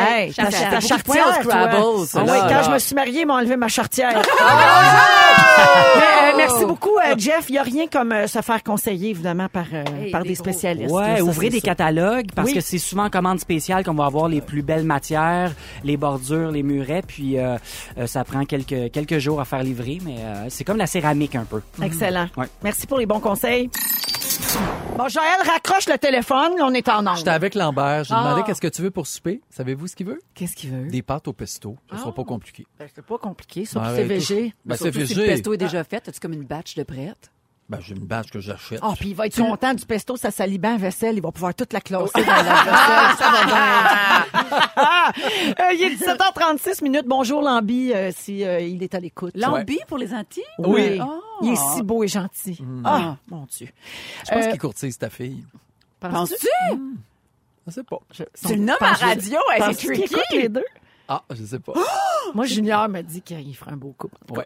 Speaker 1: <laughs> Hey, ta,
Speaker 3: Chartière.
Speaker 1: ta
Speaker 4: Beaucoup de points au
Speaker 1: chartière, toi.
Speaker 4: Scrabble,
Speaker 1: Ah
Speaker 4: ça,
Speaker 1: oui,
Speaker 4: là. Ah!
Speaker 1: quand je me suis mariée, ils m'ont enlevé ma chartière. Mais, euh, merci beaucoup, euh, Jeff. Il n'y a rien comme euh, se faire conseiller, évidemment, par, euh,
Speaker 3: Hey,
Speaker 1: par
Speaker 3: des
Speaker 1: des
Speaker 3: gros.
Speaker 1: spécialistes. là,
Speaker 6: Ouais,
Speaker 1: ça,
Speaker 6: ouvrez
Speaker 1: c'est
Speaker 6: des
Speaker 1: sûr.
Speaker 6: catalogues parce
Speaker 1: Oui.
Speaker 6: que c'est souvent en commande spéciale qu'on va avoir les plus belles matières, les bordures, les murets, puis euh, euh, ça prend quelques quelques jours à faire livrer, mais euh, c'est comme la céramique un peu.
Speaker 1: Excellent.
Speaker 6: Ouais.
Speaker 1: Merci pour les bons conseils. Bon, Joël, raccroche le téléphone. là, on est en
Speaker 2: J'étais
Speaker 1: ordre.
Speaker 2: avec Lambert, je lui
Speaker 3: Ah.
Speaker 2: demandais qu'est-ce que tu veux pour souper. Savez-vous ce qu'il veut?
Speaker 4: Qu'est-ce qu'il veut?
Speaker 2: Des pâtes au pesto. Ce sera pas compliqué.
Speaker 4: Ben,
Speaker 1: C'est pas compliqué, surtout
Speaker 2: Ouais,
Speaker 1: CVG.
Speaker 2: Ben, c'est
Speaker 4: Surtout si
Speaker 2: végé.
Speaker 4: le pesto est déjà fait, as-tu comme une batch de prête?
Speaker 2: Ben, j'ai une badge que j'achète.
Speaker 1: Oh, puis il va être content du pesto, ça salit bien la vaisselle. Il va pouvoir toute la classer dans la vaisselle. ça va bien. Ah! <laughs> Euh, il est 17h36 minutes. Bonjour, Lambi, euh, si euh, il est à l'écoute.
Speaker 4: Lambi pour les Antilles?
Speaker 1: Oui. Ah.
Speaker 4: Oh.
Speaker 1: Il est si beau et gentil. Ah, mon Dieu.
Speaker 2: je pense
Speaker 1: euh,
Speaker 2: qu'il courtise ta fille.
Speaker 4: Penses-tu?
Speaker 2: Je sais pas.
Speaker 4: Tu le nommes à radio, elle, c'est
Speaker 1: Penses-tu qu'ils
Speaker 4: tricky.
Speaker 1: écoutent les deux?
Speaker 2: Ah, je sais pas.
Speaker 1: Moi, Junior me dit qu'il fera un beau couple.
Speaker 2: Ouais.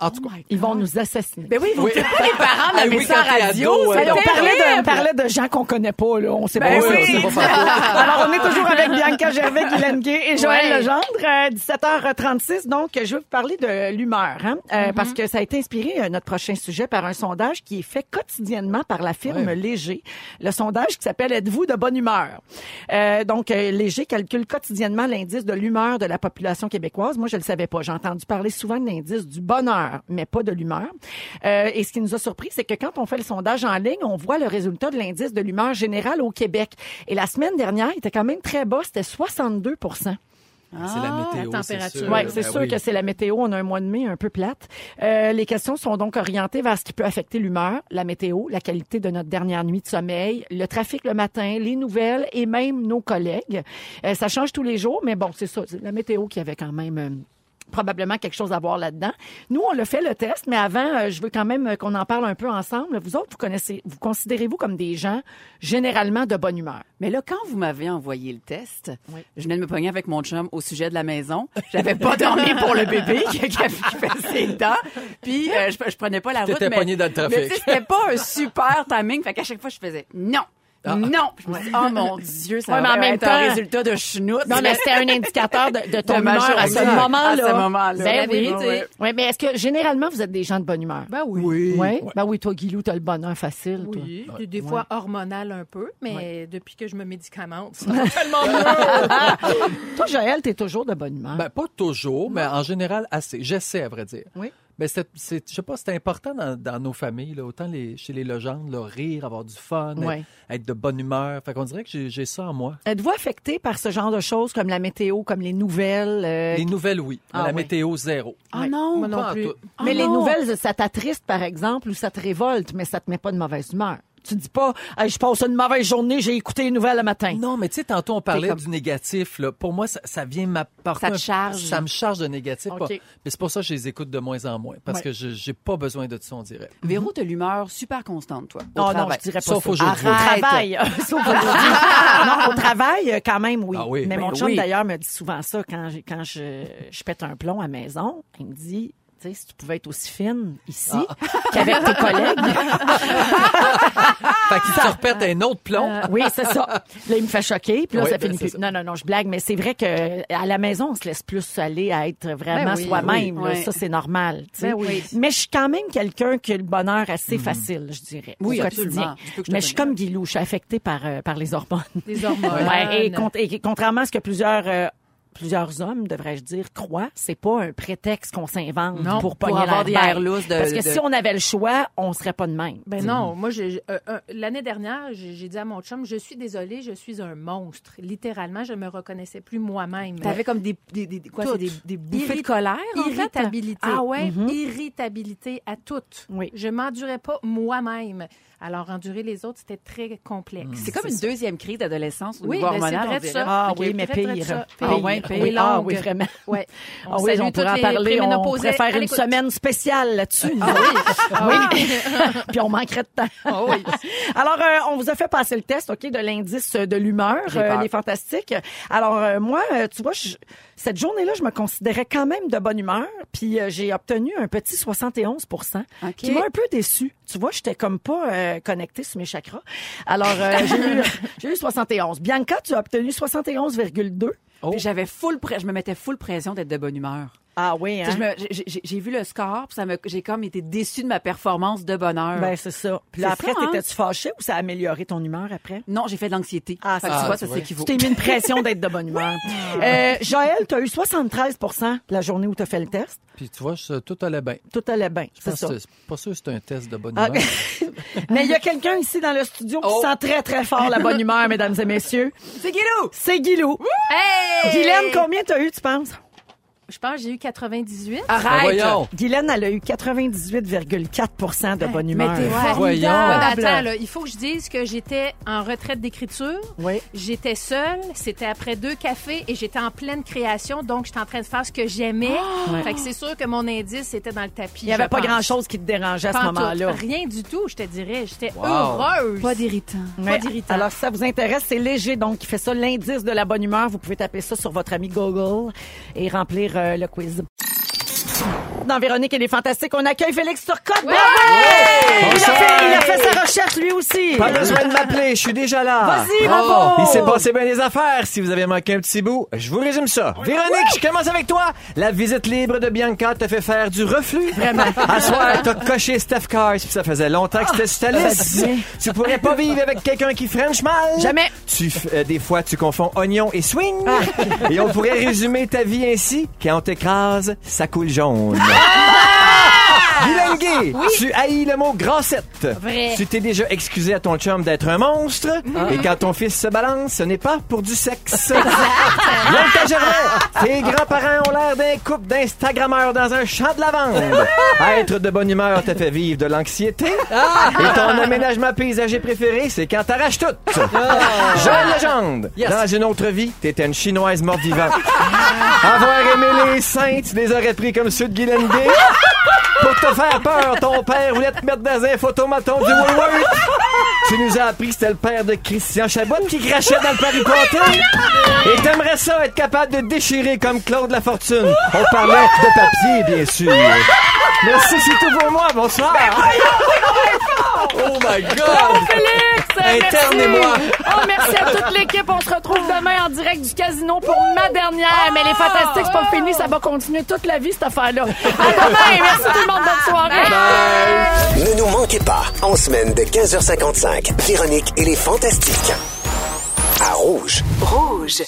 Speaker 2: En tout cas,
Speaker 1: Ils vont nous assassiner.
Speaker 4: Ben oui, ils vont
Speaker 2: Oui.
Speaker 4: tous <laughs> les parents
Speaker 2: Ah oui,
Speaker 4: de la
Speaker 2: quand
Speaker 4: ça à
Speaker 2: t'es ado,
Speaker 4: radio.
Speaker 2: euh,
Speaker 4: c'est
Speaker 1: on, parlait de, on
Speaker 4: terrible.
Speaker 1: parlait de gens qu'on connaît pas, là. On sait
Speaker 4: Ben
Speaker 1: pas.
Speaker 4: oui,
Speaker 1: là.
Speaker 2: on
Speaker 1: <laughs>
Speaker 2: sait pas partout.
Speaker 1: Alors, on est toujours avec Bianca Gervais, Guylaine Gay et Joël
Speaker 3: Ouais.
Speaker 1: Legendre. Euh, 17h36, donc, je veux vous parler de l'humeur, hein, euh, parce que ça a été inspiré, euh, notre prochain sujet, par un sondage qui est fait quotidiennement par la firme
Speaker 2: Ouais.
Speaker 1: Léger. Le sondage qui s'appelle « Êtes-vous de bonne humeur? Euh, Donc, euh, Léger calcule quotidiennement l'indice de l'humeur de la population québécoise. Moi, je le savais pas. J'ai entendu parler souvent de l'indice du bonheur, mais pas de l'humeur. Euh, et ce qui nous a surpris, c'est que quand on fait le sondage en ligne, on voit le résultat de l'indice de l'humeur générale au Québec. Et la semaine dernière, il était quand même très bas, c'était 62
Speaker 2: c'est la météo.
Speaker 3: la
Speaker 2: c'est
Speaker 3: température.
Speaker 2: sûr.
Speaker 1: Ouais,
Speaker 2: Ben
Speaker 1: c'est sûr
Speaker 2: oui.
Speaker 1: que c'est la météo. On a un mois de mai un peu plate. Euh, les questions sont donc orientées vers ce qui peut affecter l'humeur, la météo, la qualité de notre dernière nuit de sommeil, le trafic le matin, les nouvelles et même nos collègues. Euh, ça change tous les jours, mais bon, c'est ça. C'est la météo qui avait quand même... euh, probablement quelque chose à voir là-dedans. Nous, on le fait le test, mais avant, euh, je veux quand même euh, qu'on en parle un peu ensemble. Vous autres, vous connaissez, vous considérez-vous comme des gens généralement de bonne humeur?
Speaker 4: Mais là, quand vous m'avez envoyé le test,
Speaker 1: Oui.
Speaker 4: je venais de me pogner avec mon chum au sujet de la maison. J'avais pas <laughs> dormi pour le bébé qui, qui fait ses dents. Puis euh, je, je prenais pas la route.
Speaker 2: t'étais
Speaker 4: mais-
Speaker 2: pogné dans le trafic.
Speaker 4: Mais tu sais, c'était pas un super timing. Fait qu'à chaque fois, je faisais non.
Speaker 2: Ah.
Speaker 4: Non! Puis je me suis dit, oh mon Dieu, ça
Speaker 1: Ouais, mais en
Speaker 4: va
Speaker 1: même
Speaker 4: être
Speaker 1: temps-
Speaker 4: un résultat de chenoute.
Speaker 1: Non, mais c'était un indicateur de, de ton
Speaker 4: De ma
Speaker 1: humeur à ce
Speaker 4: journée.
Speaker 1: moment-là.
Speaker 4: À ce moment-là.
Speaker 1: Ben oui,
Speaker 4: Oui,
Speaker 1: tu sais. Ouais, mais est-ce que généralement vous êtes des gens de bonne humeur?
Speaker 3: Ben oui.
Speaker 2: Oui.
Speaker 1: Ouais.
Speaker 2: Ouais.
Speaker 1: Ben oui, toi, Guilou, t'as le bonheur facile, toi.
Speaker 3: Oui, des- des fois hormonal un peu, mais depuis que je me médicamente, ça <laughs> va tellement mieux.
Speaker 1: Toi, Joël, t'es toujours de bonne humeur.
Speaker 2: Ben, pas toujours, mais en général, assez. J'essaie, à vrai dire.
Speaker 1: Oui.
Speaker 2: Mais c'est, c'est- je sais pas, c'est important dans, dans nos familles, là, autant les, chez les légendes, là, rire, avoir du fun,
Speaker 1: Ouais.
Speaker 2: être, être de bonne humeur. Fait qu'on dirait que j'ai, j'ai ça en moi.
Speaker 1: Êtes-vous affecté par ce genre de choses comme la météo, comme les nouvelles? euh,
Speaker 2: Les nouvelles, oui. Mais
Speaker 1: Ah,
Speaker 2: la
Speaker 1: ouais.
Speaker 2: météo, zéro.
Speaker 4: Ah non!
Speaker 3: Moi non
Speaker 2: Pas en
Speaker 3: plus.
Speaker 2: tout.
Speaker 4: Ah
Speaker 1: mais les
Speaker 4: non.
Speaker 1: nouvelles, ça t'attriste, par exemple, ou ça te révolte, mais ça te met pas de mauvaise humeur. Tu dis pas, Hey, je passe une mauvaise journée, j'ai écouté les nouvelles le matin.
Speaker 2: Non, mais tu sais, tantôt, on parlait
Speaker 4: comme-
Speaker 2: du négatif. Là. Pour moi, ça, ça vient m'apporter.
Speaker 4: Ça te
Speaker 2: un-
Speaker 4: charge.
Speaker 2: Ça me charge de négatif.
Speaker 1: Ok.
Speaker 2: pas- Mais c'est pour ça que je les écoute de moins en moins. Parce
Speaker 1: Ouais.
Speaker 2: que je j'ai pas besoin de ça, on dirait.
Speaker 4: Véro, t'as l'humeur super constante, toi. au
Speaker 1: Non, non,
Speaker 4: travail.
Speaker 1: je dirais pas
Speaker 2: Sauf
Speaker 1: ça.
Speaker 2: aujourd'hui.
Speaker 1: Au
Speaker 4: Arrête.
Speaker 1: travail. <laughs> Sauf aujourd'hui. non, <laughs> au travail, euh, quand même, oui.
Speaker 2: Ah oui.
Speaker 1: Mais mon
Speaker 4: Ben
Speaker 1: chum,
Speaker 4: oui.
Speaker 1: d'ailleurs, me dit souvent ça quand, j'ai- quand je, je pète un plomb à maison. Il me dit... tu sais, Si tu pouvais être aussi fine ici qu'avec tes collègues. Ah!
Speaker 2: Fait qu'ils te repètent
Speaker 1: euh,
Speaker 2: un autre plomb. Ah,
Speaker 1: Oui, c'est ça. Là, il me fait choquer, puis là,
Speaker 2: Oui,
Speaker 1: ça
Speaker 2: ben,
Speaker 1: finit
Speaker 2: c'est
Speaker 1: plus.
Speaker 2: ça.
Speaker 1: Non, non, non, je blague, mais c'est vrai que euh, à la maison, on se laisse plus aller à être vraiment
Speaker 3: Ben oui.
Speaker 1: soi-même.
Speaker 4: Oui.
Speaker 1: là.
Speaker 4: Oui.
Speaker 1: Ça, c'est normal. tu sais.
Speaker 4: Ben oui. Mhm.
Speaker 1: Mais je suis quand même quelqu'un qui a le bonheur assez facile, je dirais,
Speaker 4: Oui,
Speaker 1: au
Speaker 4: absolument.
Speaker 1: quotidien.
Speaker 4: Tu peux que je te
Speaker 1: mais je suis
Speaker 4: connaisse.
Speaker 1: comme Guilou, je suis affectée par, euh, par les hormones.
Speaker 3: Des hormones.
Speaker 1: Ouais, et, cont- et contrairement à ce que plusieurs euh, plusieurs hommes, devrais-je dire, croient, c'est pas un prétexte qu'on s'invente
Speaker 3: Non,
Speaker 1: pour
Speaker 4: pour
Speaker 1: pogner
Speaker 4: avoir
Speaker 1: l'air
Speaker 4: des
Speaker 1: bête.
Speaker 4: airs lousses de-
Speaker 1: Parce que
Speaker 4: de-
Speaker 1: si on avait le choix, on serait pas de même.
Speaker 3: Ben non, moi, j'ai- euh, euh, l'année dernière, j'ai j'ai dit à mon chum, je suis désolée, je suis un monstre. Littéralement, je me reconnaissais plus moi-même.
Speaker 4: T'avais comme des, des, des, quoi, c'est
Speaker 3: Toutes.
Speaker 4: des, des bouffées de
Speaker 3: Irrit-
Speaker 4: colère, en fait?
Speaker 3: Irritabilité. Ah ouais,
Speaker 1: Mhm.
Speaker 3: irritabilité à toutes.
Speaker 1: Oui.
Speaker 3: Je m'endurais pas moi-même. Alors endurer les autres, c'était très complexe.
Speaker 4: C'est comme une deuxième crise d'adolescence au
Speaker 3: oui,
Speaker 4: niveau
Speaker 3: ben, c'est
Speaker 4: hormonal,
Speaker 3: vrai
Speaker 4: on
Speaker 3: de
Speaker 4: dirait.
Speaker 3: ça.
Speaker 1: Ah
Speaker 3: Ok,
Speaker 1: oui, mais
Speaker 3: très, très de
Speaker 1: pire.
Speaker 3: ça.
Speaker 1: Ah
Speaker 3: Pire.
Speaker 1: oui,
Speaker 3: Pire.
Speaker 1: pire. Ah oui,
Speaker 3: Longue.
Speaker 1: vraiment.
Speaker 3: <laughs> Ouais.
Speaker 1: Ah oui,
Speaker 3: salue
Speaker 1: on pourrait
Speaker 3: toutes
Speaker 1: en
Speaker 3: les
Speaker 1: parler. On
Speaker 3: préménopausées
Speaker 1: pourrait faire
Speaker 3: à
Speaker 1: une
Speaker 3: l'écoute.
Speaker 1: semaine spéciale là-dessus.
Speaker 3: Ah oui. Ah oui.
Speaker 1: Puis on manquerait de temps.
Speaker 3: Ah oui.
Speaker 1: <laughs> Alors, euh, on vous a fait passer le test, OK, de l'indice de l'humeur,
Speaker 4: J'ai peur.
Speaker 1: euh, les fantastiques. Alors, euh, moi, euh, tu vois, je- cette journée-là, je me considérais quand même de bonne humeur, puis euh, j'ai obtenu un petit 71
Speaker 4: OK.
Speaker 1: qui m'a un peu déçu. Tu vois, j'étais comme pas euh, connectée sur mes chakras. Alors, euh, j'ai
Speaker 3: <laughs>
Speaker 1: eu, j'ai eu 71. Bianca, tu as obtenu 71,2.
Speaker 4: Puis J'avais full pré- je me mettais full pression d'être de bonne humeur.
Speaker 1: Ah oui, hein?
Speaker 4: Tu sais, je me- j'ai- j'ai- J'ai vu le score, puis ça me- j'ai comme été déçue de ma performance de bonheur.
Speaker 1: Ben, c'est ça. Puis là,
Speaker 4: Ah. C'est
Speaker 1: après,
Speaker 4: ça, hein?
Speaker 1: t'étais-tu fâchée ou ça a amélioré ton humeur après?
Speaker 4: non, j'ai fait de l'anxiété.
Speaker 1: Ah,
Speaker 4: Fait que
Speaker 1: ça-
Speaker 4: tu
Speaker 2: Ah,
Speaker 4: vois,
Speaker 2: tu
Speaker 4: ça
Speaker 2: vois.
Speaker 4: s'équivaut.
Speaker 1: Tu t'es mis une pression d'être de bonne humeur. Euh, Joël, tu as eu 73 la journée où tu as fait le test.
Speaker 2: Puis tu vois, je- tout allait bien.
Speaker 1: Tout allait bien,
Speaker 2: Je
Speaker 1: c'est
Speaker 2: pense
Speaker 1: ça.
Speaker 2: que c'est pas sûr que c'est un test de bonne
Speaker 1: Ah,
Speaker 2: humeur.
Speaker 1: <laughs>
Speaker 2: Ben
Speaker 1: Mais il y a quelqu'un ici dans le studio qui sent très, très fort la bonne humeur, mesdames et messieurs.
Speaker 4: Oh. C'est Guilou!
Speaker 1: C'est Guilou.
Speaker 3: <laughs> Hey!
Speaker 1: Guylaine, combien t'as eu, tu penses?
Speaker 3: Je pense que j'ai eu 98.
Speaker 2: Ben voyons.
Speaker 1: Guylaine, elle a eu 98,4 de Ah, bonne humeur.
Speaker 4: t'es
Speaker 3: Ouais.
Speaker 2: Voyons.
Speaker 3: Ouais, mais
Speaker 1: Formidable.
Speaker 3: attends, là, il faut que je dise que j'étais en retraite d'écriture.
Speaker 1: Oui.
Speaker 3: J'étais seule, c'était après deux cafés et j'étais en pleine création, donc j'étais en train de faire ce que j'aimais. Fait que c'est sûr que mon indice était dans le tapis.
Speaker 1: Ah! Il n'y avait
Speaker 3: je
Speaker 1: pas
Speaker 3: pense.
Speaker 1: grand-chose qui te dérangeait à
Speaker 3: Pas
Speaker 1: ce
Speaker 3: en tout.
Speaker 1: moment-là.
Speaker 3: Rien du tout, je te dirais. J'étais
Speaker 2: Wow.
Speaker 3: heureuse.
Speaker 4: Pas d'irritant.
Speaker 1: Ouais.
Speaker 3: d'irritant.
Speaker 1: Alors, si ça vous intéresse, c'est léger. Donc, il fait ça l'indice de la bonne humeur. Vous pouvez taper ça sur votre ami Google et remplir euh, le quiz. Dans Véronique, elle est fantastique. On accueille Félix Turcotte. Bravo! Il, a
Speaker 5: Bonsoir.
Speaker 1: fait, il a fait sa recherche lui aussi.
Speaker 5: Pas besoin de m'appeler, je suis déjà là.
Speaker 1: Vas-y, bravo!
Speaker 5: Il s'est passé bien des affaires. Si vous avez manqué un petit bout, je vous résume ça. Véronique, je commence avec toi. La visite libre de Bianca te fait faire du reflux. Vraiment. À soir, t'as coché Steph Cars, puis ça faisait longtemps que c'était sur ta
Speaker 1: Ah,
Speaker 5: liste. Tu pourrais pas vivre avec quelqu'un qui French mal.
Speaker 1: Jamais.
Speaker 5: Tu, f- euh, des fois, tu confonds oignon et swing.
Speaker 1: Ah.
Speaker 5: Et on pourrait résumer ta vie ainsi. Quand on t'écrase, ça coule jaune. Guylaine Gay, tu haïs le mot grassette.
Speaker 3: Vrai.
Speaker 5: Tu t'es déjà excusé à ton chum d'être un monstre. Et quand ton fils se balance, ce n'est pas pour du sexe. Bianca Gervais, tes grands-parents ont l'air d'un couple d'Instagrammeurs dans un champ de lavande. Être de bonne humeur te fait vivre de l'anxiété. Et ton aménagement paysager préféré, c'est quand t'arraches tout. Jeune légende. Dans une autre vie, t'étais une chinoise mort-vivante. Avoir aimé les saints, tu les aurais pris comme ceux de Guylaine Gay. Pour te faire peur, ton père voulait te mettre dans un photomaton du Woolworth. Tu nous as appris que c'était le père de Christian Chabot qui crachait dans le paris pontin Et t'aimerais ça être capable de déchirer comme Claude Lafortune. On parlait de papier, bien sûr. Merci, c'est tout pour moi. Bonsoir.
Speaker 2: Oh my God!
Speaker 1: Félix!
Speaker 2: Internez-moi.
Speaker 1: merci. Oh, merci à toute l'équipe. On se retrouve demain en direct du casino pour ma dernière. Mais les fantastiques, c'est pas fini. Ça va continuer toute la vie, cette affaire-là. À demain. Merci tout le monde. Bonne soirée.
Speaker 7: Ne nous manquez pas, en semaine de 15h55, Véronique et les Fantastiques. À Rouge.
Speaker 8: Rouge.